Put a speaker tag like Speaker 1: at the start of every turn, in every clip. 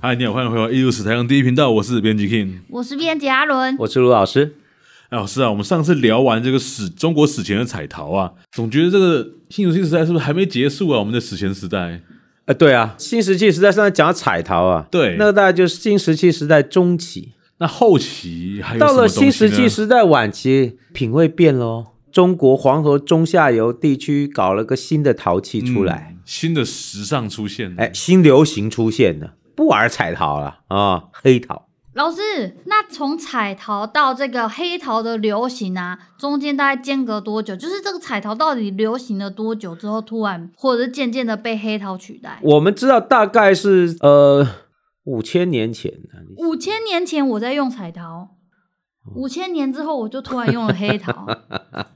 Speaker 1: 嗨，你好，欢迎回到艺术史台上第一频道，我是编辑 King。
Speaker 2: 我是编辑阿伦，
Speaker 3: 我是卢老师。
Speaker 1: 哎，老师啊，我们上次聊完这个史中国史前的彩陶啊，总觉得这个新石器时代是不是还没结束啊？我们的史前时代，
Speaker 3: 呃，对啊，新石器时代上在讲到彩陶啊，
Speaker 1: 对
Speaker 3: 那个大概就是新石器时代中期，
Speaker 1: 那后期还有
Speaker 3: 到了
Speaker 1: 什么东
Speaker 3: 新
Speaker 1: 西呢
Speaker 3: 石器时代晚期，品味变喽。中国黄河中下游地区搞了个新的陶器出来，
Speaker 1: 嗯新的时尚出现，
Speaker 3: 哎、新流行出现了，不玩彩陶了啊、黑陶。
Speaker 2: 老师，那从彩陶到这个黑陶的流行啊，中间大概间隔多久？就是这个彩陶到底流行了多久之后，突然或者是渐渐的被黑陶取代？
Speaker 3: 我们知道大概是呃五千年前啊你
Speaker 2: 五千年前我在用彩陶，五千年之后我就突然用了 黑陶，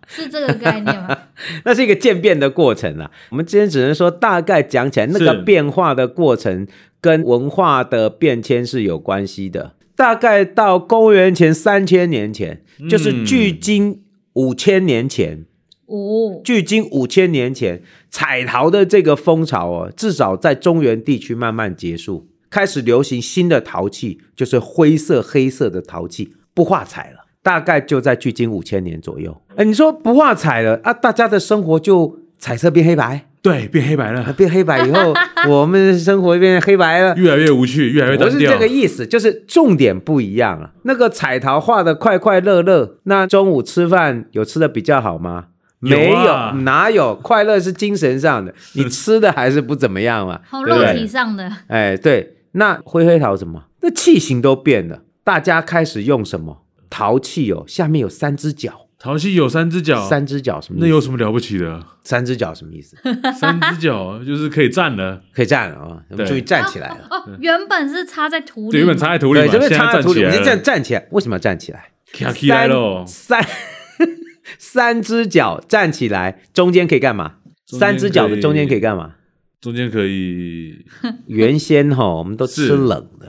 Speaker 2: 是这个概念吗？
Speaker 3: 那是一个渐变的过程啊。我们今天只能说大概讲起来，那个
Speaker 1: 是
Speaker 3: 变化的过程跟文化的变迁是有关系的。大概到公元前三千年前，就是距今五千年前，
Speaker 2: 哦，
Speaker 3: 距今五千年前，彩陶的这个风潮哦，至少在中原地区慢慢结束，开始流行新的陶器，就是灰色、黑色的陶器，不画彩了。大概就在距今五千年左右。哎，你说不画彩了啊，大家的生活就彩色变黑白，
Speaker 1: 对，变黑白了，
Speaker 3: 变黑白以后，我们的生活变黑白了。
Speaker 1: 越来越无趣，越来越
Speaker 3: 不
Speaker 1: 单
Speaker 3: 是
Speaker 1: 调。
Speaker 3: 这个意思，就是重点不一样了。那个彩陶画的快快乐乐，那中午吃饭有吃的比较好吗？
Speaker 1: 有
Speaker 3: 没有，
Speaker 1: 啊
Speaker 3: 哪有？快乐是精神 上的，你吃的还是不怎么样嘛，
Speaker 2: 好
Speaker 3: 对不
Speaker 2: 肉体
Speaker 3: 对？
Speaker 2: 上的
Speaker 3: 哎，对，那灰黑陶什么？那器型都变了，大家开始用什么陶器哦？下面有三只脚，
Speaker 1: 陶器有三只脚，
Speaker 3: 三只脚什
Speaker 1: 哦
Speaker 3: 么
Speaker 1: 那
Speaker 3: 意思？
Speaker 1: 有什么了不起 的？
Speaker 3: 三只脚什么意思？
Speaker 1: 三只脚就是可以站了，
Speaker 3: 可以站了啊，我们
Speaker 1: 对
Speaker 3: 终于站起来了。
Speaker 2: 哦，原本是插在土
Speaker 1: 对，原
Speaker 2: 里嘛，
Speaker 1: 本插在土里
Speaker 3: 对，
Speaker 1: 嘛，
Speaker 3: 这
Speaker 1: 现
Speaker 3: 边
Speaker 1: 在
Speaker 3: 插在
Speaker 1: 站
Speaker 3: 土
Speaker 1: 起
Speaker 3: 里，我
Speaker 1: 来
Speaker 3: 们就这样
Speaker 1: 了，
Speaker 3: 站起来，为什么要站起来？
Speaker 1: 站起来喽，
Speaker 3: 三 三只脚站起来，中间可以干嘛？
Speaker 1: 中间可以
Speaker 3: 三只脚的中间可以干嘛？
Speaker 1: 中间可以
Speaker 3: 原先哈，我们都吃
Speaker 1: 是
Speaker 3: 冷的，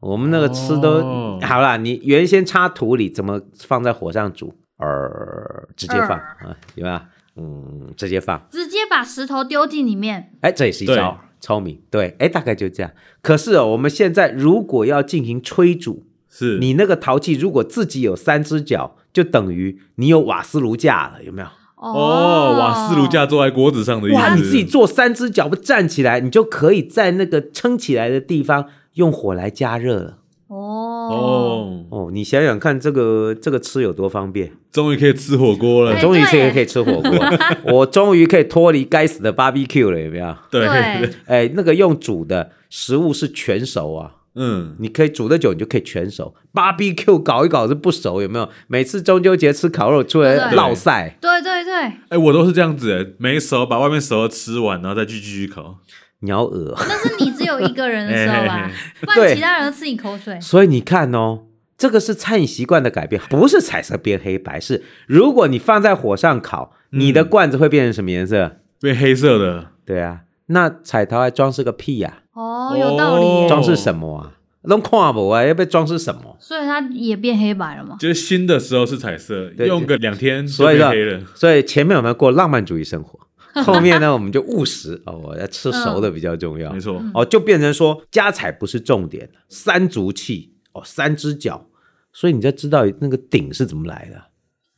Speaker 3: 我们那个吃都、
Speaker 1: 哦
Speaker 3: 好啦，你原先插土里，怎么放在火上煮？呃，直接放
Speaker 2: 呃
Speaker 3: 啊，有没有？嗯，直接放。
Speaker 2: 直接把石头丢进里面，
Speaker 3: 哎，这也是一
Speaker 1: 对
Speaker 3: 招聪明。对，哎，大概就这样。可是哦，我们现在如果要进行炊煮，
Speaker 1: 是
Speaker 3: 你那个陶器如果自己有三只脚，就等于你有瓦斯炉架了，有没有？
Speaker 1: 哦，瓦斯炉架坐在锅子上的意思。
Speaker 3: 哇，你自己做三只脚不站起来，你就可以在那个撑起来的地方用火来加热了。
Speaker 2: 哦
Speaker 1: 哦，
Speaker 3: 哦，你想想看，这个这个吃有多方便，
Speaker 1: 终于可以吃火锅了
Speaker 2: 哎。
Speaker 3: 终于可以
Speaker 2: 对
Speaker 3: 可以吃火锅了， 我终于可以脱离该死的 barbecue 了，有没有？
Speaker 1: 对，
Speaker 2: 对
Speaker 3: 哎，那个用煮的食物是全熟啊，
Speaker 1: 嗯，
Speaker 3: 你可以煮的久，你就可以全熟。barbecue 搞一搞是不熟，有没有？每次中秋节吃烤肉出来
Speaker 2: 对
Speaker 3: 落晒，
Speaker 2: 对对对，
Speaker 1: 哎，我都是这样子，哎，没熟把外面熟的吃完，然后再去继续烤。
Speaker 3: 鸟耳。
Speaker 2: 那是你只有一个人的时
Speaker 3: 啊
Speaker 2: 候
Speaker 1: 哎
Speaker 2: 吧
Speaker 1: 哎，
Speaker 2: 不然
Speaker 3: 对
Speaker 2: 其他人吃你口水。
Speaker 3: 所以你看哦，这个是餐饮习惯的改变，不是彩色变黑白，是如果你放在火上烤，你
Speaker 1: 嗯
Speaker 3: 的罐子会变成什么颜色？
Speaker 1: 变黑色的，
Speaker 3: 对啊，那彩陶还装饰个屁呀、
Speaker 2: 哦，有道理
Speaker 1: 哦
Speaker 2: 耶
Speaker 3: 装饰什么啊？都看不啊，要被装饰什么？
Speaker 2: 所以它也变黑白了嘛。
Speaker 1: 就是新的时候是彩色，
Speaker 3: 对
Speaker 1: 用个两天就
Speaker 3: 所以啊
Speaker 1: 变
Speaker 3: 呢
Speaker 1: 黑了。，
Speaker 3: 所以前面我们要过浪漫主义生活， 后面呢我们就务实哦，我要吃熟的比较重要。
Speaker 1: 嗯没错，
Speaker 3: 哦，就变成说加彩不是重点，三足器哦，三只脚，所以你就知道那个鼎是怎么来的，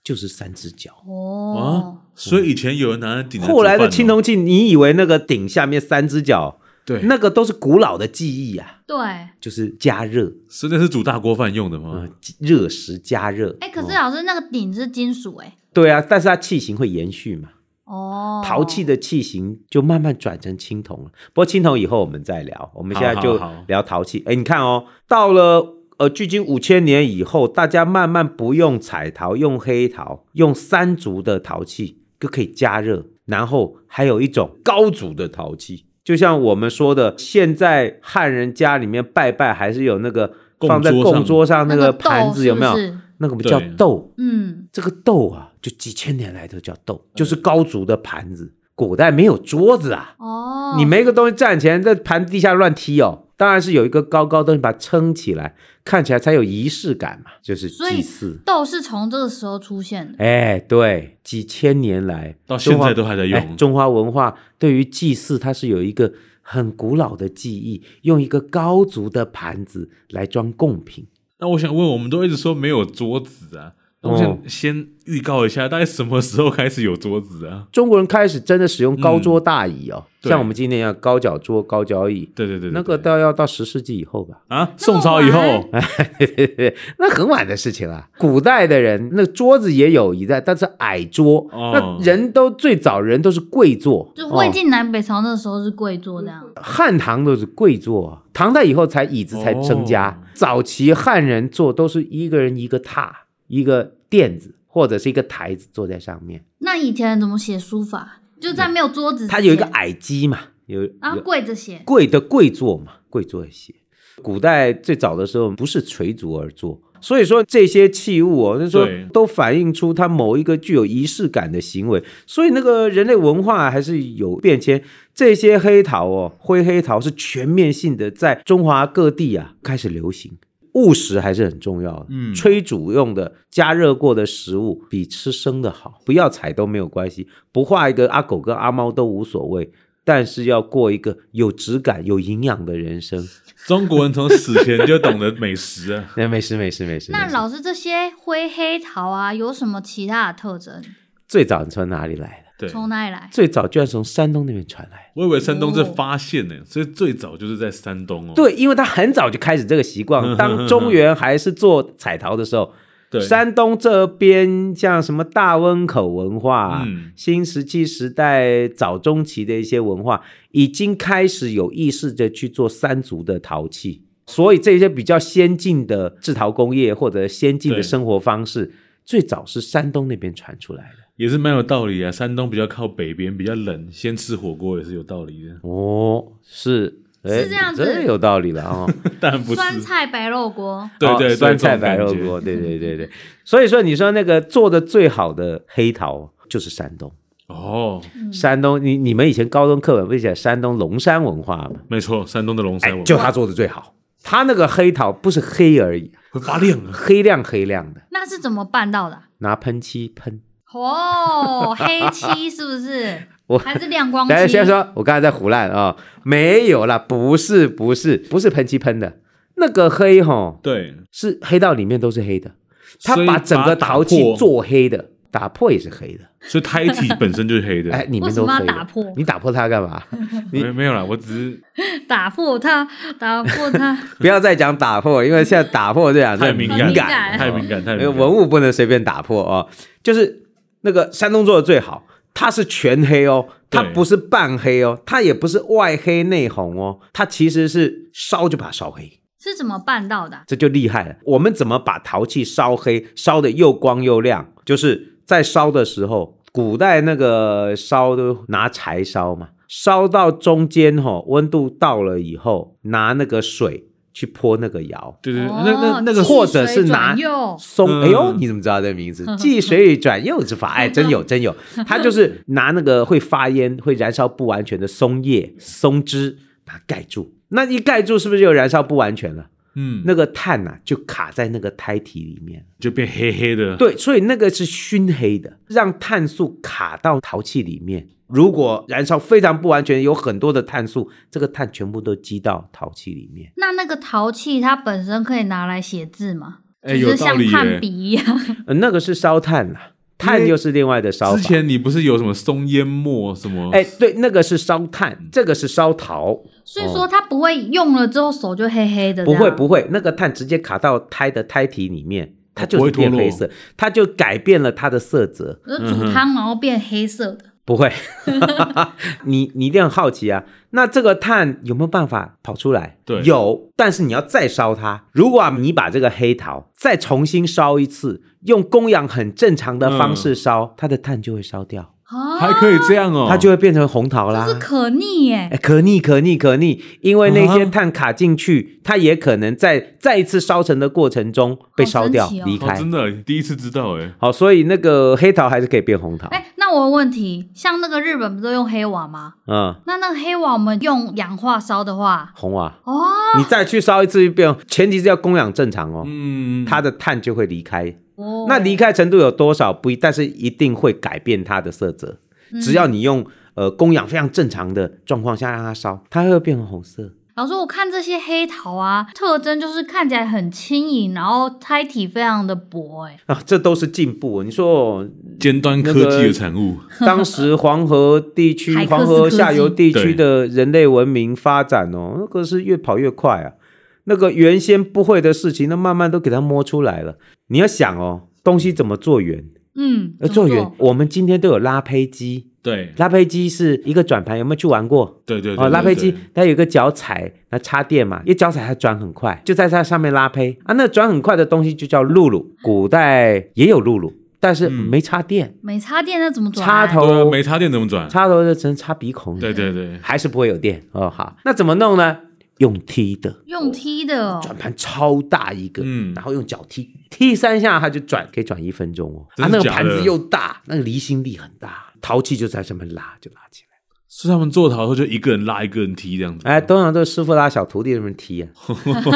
Speaker 3: 就是三只脚。
Speaker 2: 哦
Speaker 1: 啊，，所以以前有人拿着顶着煮饭哦，
Speaker 3: 后来的青铜器，你以为那个鼎下面三只脚，
Speaker 1: 对，
Speaker 3: 那个都是古老的技艺啊，
Speaker 2: 对，哎、
Speaker 3: 就是加热，
Speaker 1: 是那是煮大锅饭用的
Speaker 3: 呃
Speaker 1: 吗？，
Speaker 3: 热食加热。
Speaker 2: 哎可是
Speaker 3: 哦
Speaker 2: 老师那个顶是金属哎、
Speaker 3: 对啊，但是它器型会延续嘛，
Speaker 2: 哦，
Speaker 3: 陶器的器型就慢慢转成青铜了。不过青铜以后我们再聊，我们现在就
Speaker 1: 好好好
Speaker 3: 聊陶器。哎，你看哦，到了。呃，距今五千年以后，大家慢慢不用彩陶，用黑陶，用三足的陶器就可以加热，然后还有一种高足的陶器，就像我们说的，现在汉人家里面拜拜还是有那个
Speaker 1: 供
Speaker 3: 放在
Speaker 1: 桌上
Speaker 3: 供桌上那
Speaker 2: 那
Speaker 3: 个
Speaker 2: 豆
Speaker 3: 盘子，有没有？
Speaker 2: 是不是
Speaker 3: 那个不叫
Speaker 1: 对
Speaker 3: 豆，
Speaker 2: 嗯，
Speaker 3: 这个豆啊，就几千年来都叫豆，
Speaker 1: 嗯
Speaker 3: 就是高足的盘子。古代没有桌子啊，
Speaker 2: 哦，
Speaker 3: 你没个东西站起来，在盘地下乱踢哦。当然是有一个高高的东西把它撑起来，看起来才有仪式感嘛，就是
Speaker 2: 所以
Speaker 3: 祭祀。
Speaker 2: 豆是从这个时候出现的。
Speaker 3: 哎，对，几千年来
Speaker 1: 到现在
Speaker 3: 中
Speaker 1: 都还在
Speaker 3: 华哎
Speaker 1: 用。
Speaker 3: 中华文化对于祭祀，它是有一个很古老的技艺，用一个高足的盘子来装贡品。
Speaker 1: 那我想问，我们都一直说没有桌子啊，那我
Speaker 3: 哦
Speaker 1: 想先预告一下，大概什么时候开始有桌子啊？
Speaker 3: 中国人开始真的使用高桌大椅哦，
Speaker 1: 嗯对
Speaker 3: 像我们今天一样高脚桌、高脚椅，
Speaker 1: 对对对对
Speaker 3: 那个
Speaker 1: 对
Speaker 3: 到要到十世纪以后吧。
Speaker 1: 啊，宋朝以后，
Speaker 3: 那很晚的事情了。古代的人，那桌子也有一代，但是矮桌。
Speaker 1: 哦
Speaker 3: 那人都最早人都是跪坐，
Speaker 2: 就魏
Speaker 3: 哦、
Speaker 2: 晋南北朝那时候是跪坐这样，
Speaker 3: 汉唐都是跪坐，唐代以后才椅子才增加。
Speaker 1: 哦
Speaker 3: 早期汉人坐都是一个人一个榻，一个垫子或者是一个台子坐在上面。
Speaker 2: 那以前人怎么写书法？就在没有桌子之前，
Speaker 3: 它有一个矮机嘛，有
Speaker 2: 然后
Speaker 3: 有
Speaker 2: 跪着写，
Speaker 3: 跪的跪坐嘛，跪坐写。古代最早的时候不是垂足而坐，所以说这些器物哦，那时候
Speaker 1: 对
Speaker 3: 都反映出它某一个具有仪式感的行为。所以那个人类文化还是有变迁。这些黑陶哦，灰黑陶是全面性的在中华各地啊开始流行。务实还是很重要的，
Speaker 1: 嗯
Speaker 3: 炊煮用的加热过的食物比吃生的好，不要踩都没有关系，不画一个阿狗跟阿猫都无所谓，但是要过一个有质感、有营养的人生。哎
Speaker 1: 中国人从史前就懂得美食 啊。
Speaker 3: 那没事没事没事。
Speaker 2: 那
Speaker 3: 没事
Speaker 2: 老师这些灰黑桃啊，有什么其他的特征？
Speaker 3: 最早你从哪里来的？
Speaker 1: 对，
Speaker 2: 从哪里来？
Speaker 3: 最早居然从山东那边传来。
Speaker 1: 我以为山东是发现呢、所以最早就是在山东哦。
Speaker 3: 对，因为他很早就开始这个习惯。当中原还是做彩陶的时候，
Speaker 1: 对，
Speaker 3: 山东这边像什么大温口文化、
Speaker 1: 嗯
Speaker 3: 新石器时代早中期的一些文化，已经开始有意识的去做三足的陶器，所以这些比较先进的制陶工业或者先进的
Speaker 1: 对
Speaker 3: 生活方式，最早是山东那边传出来的。
Speaker 1: 也是蛮有道理啊。山东比较靠北边，比较冷，先吃火锅也是有道理的。
Speaker 3: 哦，是，哎
Speaker 2: 是这样子
Speaker 3: 真的有道理了啊、 哦。
Speaker 1: 当然不是，
Speaker 2: 酸菜白肉锅，
Speaker 1: 对
Speaker 3: 哦
Speaker 1: 对对，
Speaker 3: 酸
Speaker 1: 这
Speaker 3: 菜
Speaker 1: 种
Speaker 3: 白
Speaker 1: 感
Speaker 3: 肉
Speaker 1: 觉
Speaker 3: 锅，对对对对。所以说，你说那个做的最好的黑桃就是山东，
Speaker 1: 哦，
Speaker 2: 嗯
Speaker 3: 山东，你你们以前高中课本不是写山东龙山文化吗？
Speaker 1: 没错，山东的龙山
Speaker 3: 哎
Speaker 1: 文，
Speaker 3: 就他做的最好。他那个黑桃不是黑而已，
Speaker 1: 会发亮啊。
Speaker 3: 黑亮黑亮的，
Speaker 2: 那是怎么办到的啊、
Speaker 3: 拿喷漆喷。
Speaker 2: 哦，黑漆是不是？
Speaker 3: 我
Speaker 2: 还是亮光漆？
Speaker 3: 大家先说，我刚才在胡乱啊、没有啦，不是不是不是喷漆喷的，那个黑吼
Speaker 1: 对，
Speaker 3: 是黑到里面都是黑的，他
Speaker 1: 所以
Speaker 3: 把整个
Speaker 1: 把它打
Speaker 3: 陶器
Speaker 1: 破
Speaker 3: 做黑的，打破也是黑的，
Speaker 1: 所以胎体本身就是黑的。
Speaker 3: 哎，里
Speaker 2: 为
Speaker 3: 面
Speaker 2: 什
Speaker 3: 都
Speaker 2: 么
Speaker 3: 黑
Speaker 2: 要打
Speaker 3: 的。
Speaker 2: 破？
Speaker 3: 你打破它干嘛？ 你
Speaker 1: 没没有啦，我只是
Speaker 2: 打破它，打破它，
Speaker 3: 不要再讲打破，因为现在打破这两字
Speaker 1: 太
Speaker 3: 很
Speaker 1: 敏
Speaker 3: 敏
Speaker 1: 感，
Speaker 2: 感
Speaker 1: 太敏感，太
Speaker 3: 那个
Speaker 1: 敏
Speaker 3: 文
Speaker 1: 感。
Speaker 3: 物不能随便打破哦。就是那个山东做的最好，它是全黑哦，
Speaker 1: 对
Speaker 3: 它不是半黑哦，它也不是外黑内红哦，它其实是烧就把它烧黑，
Speaker 2: 是怎么办到的啊、
Speaker 3: 这就厉害了。我们怎么把陶器烧黑，烧的又光又亮？就是在烧的时候，古代那个烧都拿柴烧嘛，烧到中间哈、哦，温度到了以后，拿那个水去泼那个窑。
Speaker 1: 对对，对
Speaker 2: 哦
Speaker 1: 那那那个
Speaker 2: 记
Speaker 3: 或者是
Speaker 2: 水
Speaker 3: 拿
Speaker 2: 转右
Speaker 3: 松，
Speaker 1: 嗯
Speaker 3: 哎呦，你怎么知道这个名字？记水与转釉之法，哎，真有真有。他就是拿那个会发烟、会燃烧不完全的松叶、松枝，把它盖住。那一盖住，是不是就燃烧不完全了？
Speaker 1: 嗯，
Speaker 3: 那个碳呐、就卡在那个胎体里面。
Speaker 1: 就变黑黑的。
Speaker 3: 对，所以那个是熏黑的，让碳素卡到陶器里面。如果燃烧非常不完全，有很多的碳素，这个碳全部都积到陶器里面。
Speaker 2: 那那个陶器它本身可以拿来写字吗？
Speaker 1: 哎
Speaker 2: 就是
Speaker 1: 有道
Speaker 2: 像
Speaker 1: 理耶
Speaker 2: 炭笔一样，
Speaker 3: 呃那个是烧炭啦，
Speaker 1: 因
Speaker 3: 炭
Speaker 1: 为
Speaker 3: 又是另外的烧法。
Speaker 1: 之前你不是有什么松烟墨什么？
Speaker 3: 哎，对，那个是烧
Speaker 1: 嗯
Speaker 3: 炭，这个是烧陶，
Speaker 2: 所以说它不会用了之后手就黑黑的这
Speaker 3: 不
Speaker 2: 样。
Speaker 3: 会不会，那个炭直接卡到胎的胎体里面，它
Speaker 1: 哦
Speaker 3: 就
Speaker 1: 不会
Speaker 3: 是
Speaker 1: 脱
Speaker 3: 变
Speaker 1: 落
Speaker 3: 黑色，它就改变了它的色泽，
Speaker 2: 就煮汤然后变黑色的，
Speaker 3: 不 会。你你一定很好奇啊，那这个炭有没有办法跑出来？
Speaker 1: 对
Speaker 3: 有，但是你要再烧它。如果啊你把这个黑陶再重新烧一次，用供氧很正常的方式烧，它的炭就会烧掉，
Speaker 2: 啊，
Speaker 1: 还可以这样嗯哦，
Speaker 3: 它就会变成红陶啦。
Speaker 2: 这是可逆耶。
Speaker 3: 哎，可逆可逆可逆，因为那些
Speaker 1: 啊
Speaker 3: 碳卡进去，它也可能在再一次烧成的过程中被烧掉、
Speaker 2: 好神奇哦
Speaker 3: 离
Speaker 1: 哦，
Speaker 3: 开。
Speaker 1: 真的第一次知道哎。
Speaker 3: 好，所以那个黑桃还是可以变红桃。
Speaker 2: 哎，那我有问题，像那个日本不都用黑瓦吗？
Speaker 3: 嗯，
Speaker 2: 那那个黑瓦我们用氧化烧的话，
Speaker 3: 红啊，
Speaker 2: 哦，
Speaker 3: 你再去烧一次就变，前提是要供氧正常哦，
Speaker 1: 嗯，
Speaker 3: 它的碳就会离开。
Speaker 2: 哦嗯
Speaker 3: 那离开程度有多少不一，但是一定会改变它的色泽。只要你用呃供氧非常正常的状况下让它烧，它会变成红色。
Speaker 2: 老师，我看这些黑桃啊，特征就是看起来很轻盈，然后胎体非常的薄、欸，
Speaker 3: 啊，这都是进步。你说哦
Speaker 1: 尖端科技的产物，
Speaker 3: 当时黄河地区
Speaker 2: 海、克
Speaker 3: 黄
Speaker 2: 斯
Speaker 3: 河
Speaker 2: 科
Speaker 3: 下游
Speaker 2: 技
Speaker 3: 地
Speaker 1: 对
Speaker 3: 区的人类文明发展哦，那个是越跑越快啊。那个原先不会的事情，那慢慢都给它摸出来了。你要想哦，东西怎么做圆？
Speaker 2: 嗯，
Speaker 3: 呃，
Speaker 2: 怎么
Speaker 3: 圆，我们今天都有拉胚机，
Speaker 1: 对
Speaker 3: 拉胚机是一个转盘，有没有去玩过？
Speaker 1: 对对
Speaker 3: 哦，
Speaker 1: 对，
Speaker 3: 拉
Speaker 1: 对
Speaker 3: 胚机
Speaker 1: 对
Speaker 3: 它有一个脚踩，那插电嘛，一脚踩它转很快，就在它上面拉胚啊。那转很快的东西就叫露露，古代也有露露，但
Speaker 1: 嗯
Speaker 3: 是没插电，
Speaker 2: 没插电那怎么转？
Speaker 3: 插头
Speaker 1: 对啊，没插电怎么转？
Speaker 3: 插头就只能插鼻孔，
Speaker 1: 对，对对，
Speaker 3: 还是不会有电哦。好，那怎么弄呢？用踢的，
Speaker 2: 用踢的、
Speaker 3: 转
Speaker 2: 哦，
Speaker 3: 盘超大一个，
Speaker 1: 嗯
Speaker 3: 然后用脚踢，踢三下它就转，可以转一分钟哦。啊，
Speaker 1: 真
Speaker 3: 那
Speaker 1: 的
Speaker 3: 个
Speaker 1: 假
Speaker 3: 盘
Speaker 1: 的
Speaker 3: 子又大，那个离心力很大，陶器就在上面拉，就拉起来。
Speaker 1: 是他们做陶的时候就一个人拉一个人踢这样子。
Speaker 3: 哎，通常都是师傅拉小徒弟这么踢啊。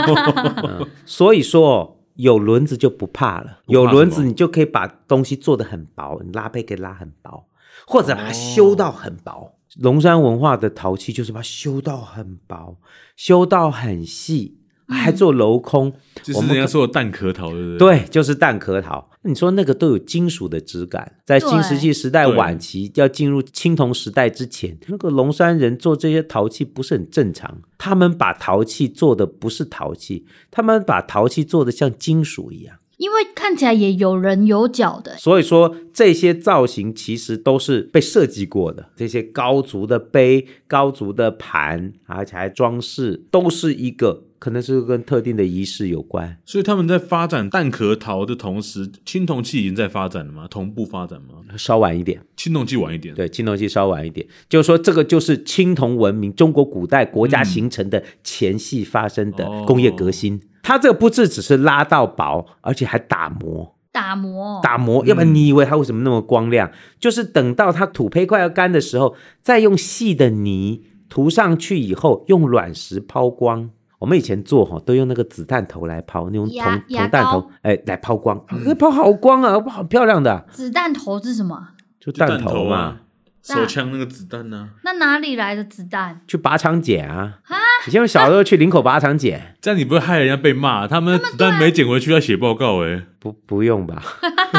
Speaker 3: 嗯所以说，有轮子就不怕了，
Speaker 1: 不怕
Speaker 3: 有轮子
Speaker 1: 什么
Speaker 3: 你就可以把东西做得很薄，你拉胚可以拉很薄，或者把
Speaker 1: 哦
Speaker 3: 它修到很薄。龙山文化的陶器就是把它修到很薄，修到很细，还做镂空。
Speaker 1: 就
Speaker 3: 哎我
Speaker 1: 是
Speaker 3: 们
Speaker 1: 人家说的蛋壳桃，对不对？
Speaker 3: 对，就是蛋壳陶。你说那个都有金属的质感，在新石器时代
Speaker 1: 对
Speaker 3: 晚期要进入青铜时代之前，那个龙山人做这些陶器不是很正常。他们把陶器做的不是陶器，他们把陶器做的像金属一样。
Speaker 2: 因为看起来也有人有脚的、
Speaker 3: 所以说，这些造型其实都是被设计过的。这些高足的杯、高足的盘，而且还装饰，都是一个可能是跟特定的仪式有关。
Speaker 1: 所以他们在发展蛋壳桃的同时，青铜器已经在发展了吗？同步发展吗？
Speaker 3: 稍晚一点。
Speaker 1: 青铜器晚一点，
Speaker 3: 对，青铜器稍晚一点，就是说这个就是青铜文明中国古代国家形成的前戏发生的
Speaker 1: 嗯哦
Speaker 3: 工业革新。它这个不是只是拉到薄，而且还打
Speaker 1: 哦
Speaker 3: 磨，
Speaker 2: 打磨、哦
Speaker 3: 打磨，要不
Speaker 1: 嗯
Speaker 3: 然你以为它为什么那么光亮？就是等到它土坯快要干的时候，再用细的泥涂上去以后，用卵石抛光。我们以前做哈，都用那个子弹头来抛，用铜
Speaker 2: 牙牙
Speaker 3: 铜弹
Speaker 2: 膏
Speaker 3: 头哎来抛光，
Speaker 1: 嗯
Speaker 3: 可以抛好光啊，好漂亮的啊，
Speaker 2: 子弹头是什么啊？
Speaker 3: 就
Speaker 1: 就
Speaker 3: 弹
Speaker 1: 头
Speaker 3: 头嘛。
Speaker 1: 啊，手枪那个子弹啊呢、
Speaker 2: 那哪里来的子弹？
Speaker 3: 去靶场捡啊！以前我小时候去林口靶场捡，
Speaker 1: 这样你不会害人家被骂？啊他们的子弹没捡回去要写报告哎、
Speaker 3: 不不用吧？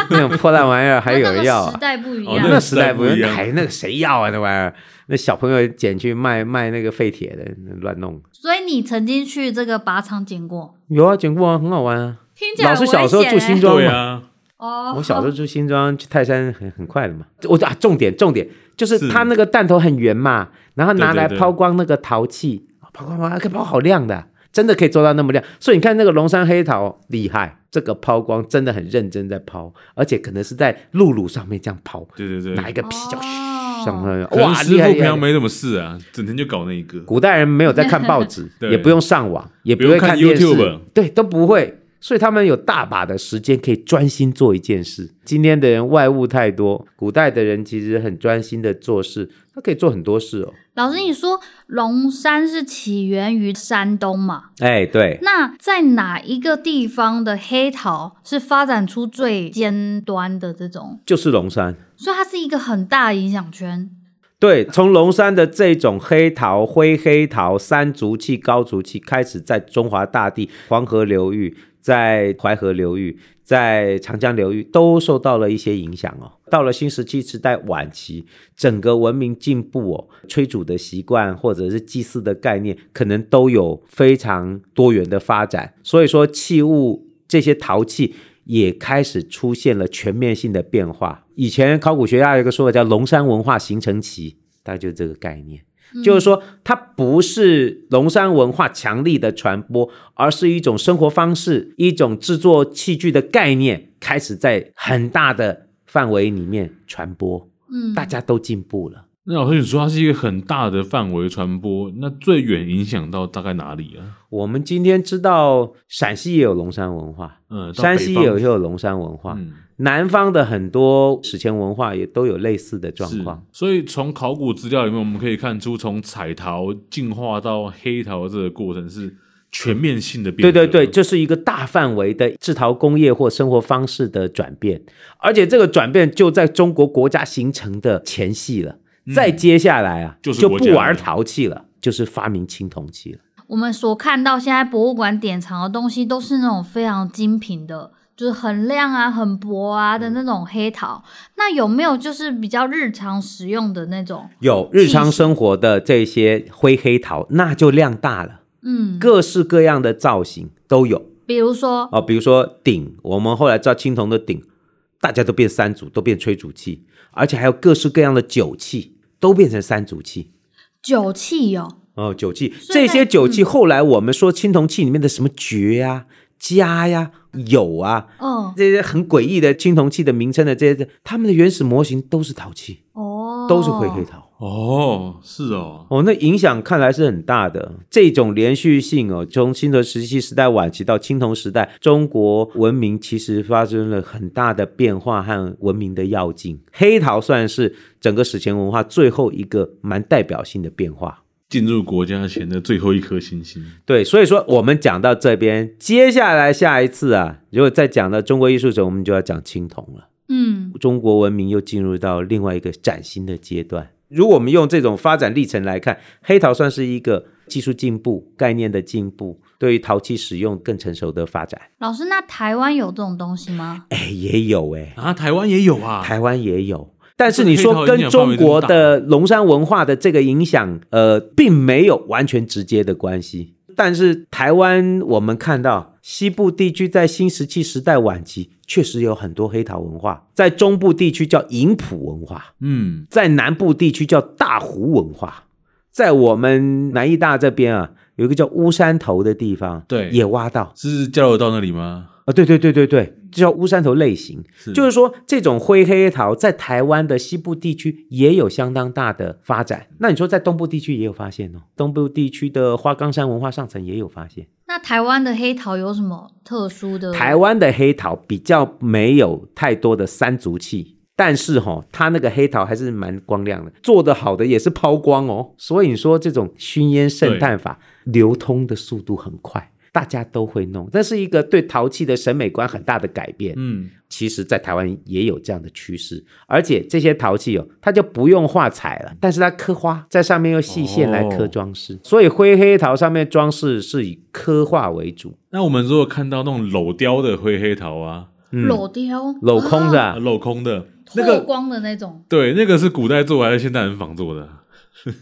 Speaker 3: 那种破烂玩意儿还有人
Speaker 2: 那
Speaker 3: 要
Speaker 2: 个时
Speaker 3: 啊？
Speaker 2: 代不一
Speaker 1: 哦
Speaker 2: 样，
Speaker 1: 那
Speaker 3: 那
Speaker 1: 个
Speaker 3: 时代不用
Speaker 1: 时代不一，样
Speaker 3: 还那个谁要啊？那玩意儿，那小朋友捡去卖卖那个废铁的，乱弄。
Speaker 2: 所以你曾经去这个靶场捡过，
Speaker 3: 有啊，捡过啊，很好玩啊。
Speaker 2: 听起来
Speaker 3: 老
Speaker 2: 很
Speaker 3: 师小时候
Speaker 2: 危险
Speaker 3: 住新
Speaker 2: 欸
Speaker 3: 庄
Speaker 1: 对
Speaker 3: 嘛
Speaker 1: 啊，
Speaker 2: 哦，
Speaker 3: 我小时候住新庄，去泰山很很快的嘛。我啊，重点重点就是
Speaker 1: 是
Speaker 3: 它那个弹头很圆嘛，然后拿
Speaker 1: 对对
Speaker 3: 来
Speaker 1: 对
Speaker 3: 抛光那个陶器，哦抛光嘛，可以抛好亮的，真的可以做到那么亮。所以你看那个龙山黑桃厉害，这个抛光真的很认真在抛，而且可能是在露露上面这样抛，
Speaker 1: 对对对，
Speaker 3: 拿一个皮球
Speaker 2: 哦
Speaker 3: 上面，
Speaker 1: 可能
Speaker 3: 哇，
Speaker 1: 师
Speaker 3: 厉害
Speaker 1: 傅
Speaker 3: 厉
Speaker 1: 平
Speaker 3: 害
Speaker 1: 常！没什么事啊，整天就搞那一个。
Speaker 3: 古代人没有在看报纸
Speaker 1: ，对
Speaker 3: 也不用上网，也
Speaker 1: 不
Speaker 3: 不会
Speaker 1: 用看
Speaker 3: 电视
Speaker 1: YouTube
Speaker 3: 对，都不会。所以他们有大把的时间可以专心做一件事。今天的人外物太多，古代的人其实很专心的做事，他可以做很多事哦。
Speaker 2: 老师，你说龙山是起源于山东嘛？
Speaker 3: 哎，对，
Speaker 2: 那在哪一个地方的黑桃是发展出最尖端的这种？
Speaker 3: 就是龙山。
Speaker 2: 所以它是一个很大的影响圈。
Speaker 3: 对，从龙山的这种黑桃、灰黑桃、三足器、高足器开始，在中华大地、黄河流域、在淮河流域、在长江流域都受到了一些影响哦。到了新石器时代晚期，整个文明进步哦，催煮的习惯或者是祭祀的概念，可能都有非常多元的发展。所以说，器物这些陶器也开始出现了全面性的变化。以前考古学家有一个说法叫“龙山文化形成期”，大概就是这个概念。就是说，它不是龙山文化强力的传播，而是一种生活方式、一种制作器具的概念，开始在很大的范围里面传播，
Speaker 2: 嗯，
Speaker 3: 大家都进步了。
Speaker 1: 那老师，你说它是一个很大的范围传播，那最远影响到大概哪里啊？
Speaker 3: 我们今天知道，陕西也有龙山文化，
Speaker 1: 嗯，到
Speaker 3: 山
Speaker 1: 北
Speaker 3: 西
Speaker 1: 方
Speaker 3: 也有也啊有龙山文化，
Speaker 1: 嗯，
Speaker 3: 南方的很多史前文化也都有类似的状
Speaker 1: 是
Speaker 3: 况。。
Speaker 1: 所以从考古资料里面，我们可以看出，从彩陶进化到黑桃这个过程是全面性的变
Speaker 3: 对
Speaker 1: 革。
Speaker 3: 对对，这是一个大范围的制陶工业或生活方式的转变，而且这个转变就在中国国家形成的前夕了。再接下来啊，
Speaker 1: 就是
Speaker 3: 嗯就
Speaker 1: 国
Speaker 3: 不
Speaker 1: 家
Speaker 3: 玩
Speaker 1: 了
Speaker 3: 陶器了，就是发明青铜器了。
Speaker 2: 我们所看到现在博物馆典藏的东西，都是那种非常精品的，就是很亮啊、很薄啊的那种黑陶。那有没有就是比较日常使用的那种？
Speaker 3: 有日
Speaker 2: 器
Speaker 3: 常
Speaker 2: 械
Speaker 3: 生活的这些灰黑陶，那就量大了，
Speaker 2: 嗯，
Speaker 3: 各式各样的造型都有
Speaker 2: 比如说，
Speaker 3: 哦。比如说鼎，我们后来知道青铜的鼎，大家都变三足，都变炊煮器，而且还有各式各样的酒器，都变成三足器。
Speaker 2: 酒器哦，
Speaker 3: 哦，酒器
Speaker 2: 所以
Speaker 3: 这
Speaker 2: 在
Speaker 3: 些酒器，后来我们说青铜器里面的什么爵呀、家呀、有啊，
Speaker 2: 嗯，
Speaker 3: 这些很诡异的青铜器的名称的这些，它们的原始模型都是陶器，
Speaker 2: 哦，
Speaker 3: 都是灰黑陶。
Speaker 1: 哦，是哦，
Speaker 3: 哦，那影响看来是很大的。这种连续性哦，从青铜石器时代晚期到青铜时代，中国文明其实发生了很大的变化和文明的要进。黑陶算是整个史前文化最后一个蛮代表性的变化。
Speaker 1: 进入国家前的最后一颗星星。
Speaker 3: 对，所以说我们讲到这边，接下来下一次啊，如果再讲到中国艺术史，我们就要讲青铜了。
Speaker 2: 嗯，
Speaker 3: 中国文明又进入到另外一个崭新的阶段。如果我们用这种发展历程来看，黑陶算是一个技术进步、概念的进步，对于陶器使用更成熟的发展。
Speaker 2: 老师，那台湾有这种东西吗？
Speaker 3: 哎，也有哎、
Speaker 1: 啊，台湾也有啊，
Speaker 3: 台湾也有。但是
Speaker 1: 这个
Speaker 3: 你
Speaker 1: 黑
Speaker 3: 说
Speaker 1: 陶
Speaker 3: 跟
Speaker 1: 影响范
Speaker 3: 中
Speaker 1: 围这么
Speaker 3: 国
Speaker 1: 大
Speaker 3: 的龙山文化的这个影响，呃，并没有完全直接的关系。但是台湾，我们看到西部地区在新石器时代晚期确实有很多黑陶文化，在中部地区叫银浦文化，
Speaker 1: 嗯，
Speaker 3: 在南部地区叫大湖文化，在我们南艺大这边啊，有一个叫乌山头的地方，
Speaker 1: 对
Speaker 3: 也挖到
Speaker 1: 是交流道那里吗？
Speaker 3: 啊，对对对对对，这叫乌山头类型，
Speaker 1: 是
Speaker 3: 就是说这种灰黑桃在台湾的西部地区也有相当大的发展。那你说在东部地区也有发现哦，东部地区的花岗山文化上层也有发现。
Speaker 2: 那台湾的黑桃有什么特殊的？
Speaker 3: 台湾的黑桃比较没有太多的三足器，但是哈、它那个黑桃还是蛮光亮的，做得好的也是抛光哦。所以你说这种熏烟圣诞法流通的速度很快，大家都会弄，这是一个对陶器的审美观很大的改变。
Speaker 1: 嗯，
Speaker 3: 其实，在台湾也有这样的趋势，而且这些陶器哦，它就不用画彩了，但是它刻花，在上面用细线来刻
Speaker 1: 哦
Speaker 3: 装饰，所以灰黑陶上面装饰是以刻画为主。
Speaker 1: 那我们如果看到那种镂雕的灰黑桃啊，
Speaker 2: 镂雕、
Speaker 3: 嗯镂空的、
Speaker 2: 啊
Speaker 3: 啊，
Speaker 1: 啊镂空的那
Speaker 2: 透
Speaker 1: 个，
Speaker 2: 光的那种，
Speaker 1: 对，那个是古代做还是现代人仿做的？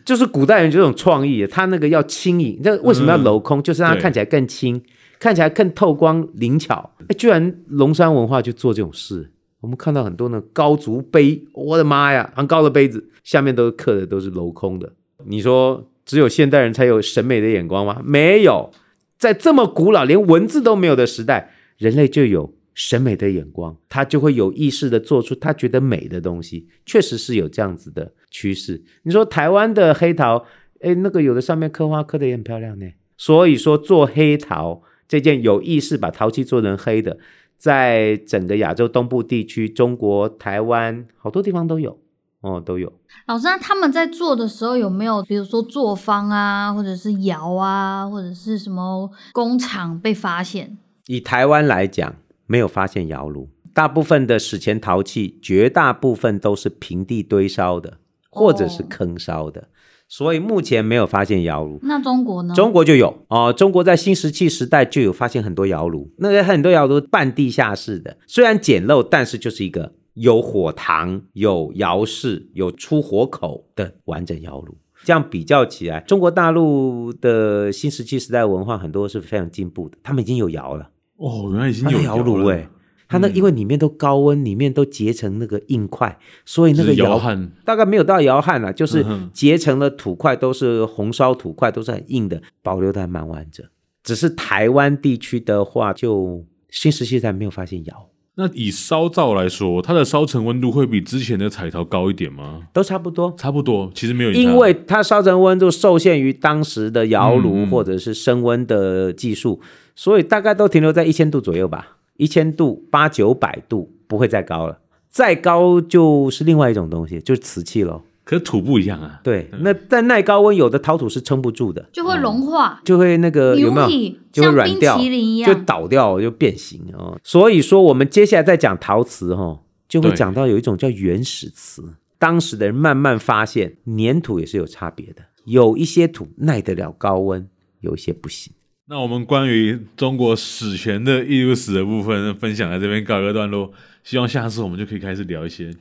Speaker 3: 就是古代人这种创意，他那个要轻盈，那为什么要镂空？就是让它
Speaker 1: 对
Speaker 3: 看起来更轻，看起来更透光灵巧。哎，居然龙山文化就做这种事。我们看到很多那高足杯，我的妈呀，很高的杯子，下面都刻的都是镂空的。你说只有现代人才有审美的眼光吗？没有，在这么古老连文字都没有的时代，人类就有审美的眼光，他就会有意识的做出他觉得美的东西，确实是有这样子的趋势。你说台湾的黑桃，哎，那个有的上面刻花刻的也很漂亮呢。所以说做黑桃这件有意识把陶器做成黑的，在整个亚洲东部地区，中国、台湾好多地方都有哦，都有。
Speaker 2: 老师，那他们在做的时候有没有，比如说作坊啊，或者是窑啊，或者是什么工厂被发现？
Speaker 3: 以台湾来讲，没有发现窑炉，大部分的史前陶器，绝大部分都是平地堆烧的，或者是坑烧的，所以目前没有发现窑炉。
Speaker 2: 那中
Speaker 1: 嗯
Speaker 2: 国呢？
Speaker 3: 中国就有哦、中国在新石器时代就有发现很多窑炉，那个很多窑炉半地下室的，虽然简陋，但是就是一个有火塘、有窑室、有出火口的完整窑炉。这样比较起来，中国大陆的新石器时代文化很多是非常进步的，他们已经有窑了。
Speaker 1: 哦，原来已经
Speaker 3: 它
Speaker 1: 有
Speaker 3: 那窑炉
Speaker 1: 了嗯
Speaker 3: 哎，它那因为里面都高温，里面都结成那个硬块，所以那
Speaker 1: 就
Speaker 3: 个
Speaker 1: 是
Speaker 3: 窑
Speaker 1: 窑汉
Speaker 3: 大概没有到窑焊了，就是
Speaker 1: 嗯哼
Speaker 3: 结成的土块都是红烧土块，都是很硬的，保留的还蛮完整。只是台湾地区的话，就新石器时代没有发现窑，
Speaker 1: 那以烧造来说，它的烧成温度会比之前的彩陶高一点吗？
Speaker 3: 都差不多。
Speaker 1: 差不多，其实没有影响
Speaker 3: 因为它烧成温度受限于当时的窑炉
Speaker 1: 嗯嗯
Speaker 3: 或者是升温的技术，所以大概都停留在一千度左右吧，一千度八九百度不会再高了，再高就是另外一种东西，就是瓷器喽。
Speaker 1: 可是土不一样啊。
Speaker 3: 对，那但耐高温有的陶土是撑不住的，
Speaker 2: 就会融化，
Speaker 3: 就会那个哦呃有
Speaker 2: 流
Speaker 3: 没有？
Speaker 2: 体
Speaker 3: 就会
Speaker 2: 像
Speaker 3: 软
Speaker 2: 冰
Speaker 3: 掉，
Speaker 2: 淇淋一
Speaker 3: 就
Speaker 2: 样。
Speaker 3: 倒掉，就变形哦。所以说，我们接下来再讲陶瓷哈、哦，就会
Speaker 1: 对
Speaker 3: 讲到有一种叫原始瓷，当时的人慢慢发现，粘土也是有差别的，有一些土耐得了高温，有一些不行。
Speaker 1: 那我们关于中国史前的艺术史的部分分享在这边告一个段落，希望下次我们就可以开始聊一些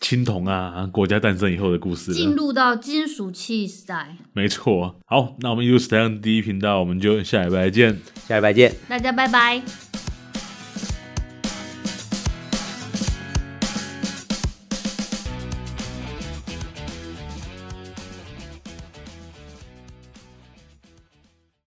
Speaker 1: 青铜啊国家诞生以后的故事
Speaker 2: 进
Speaker 1: 了。
Speaker 2: 入到金属器时代。
Speaker 1: 没错，好，那我们艺术史上第一频道，我们就下礼拜见。
Speaker 3: 下礼拜见。
Speaker 2: 大家拜拜。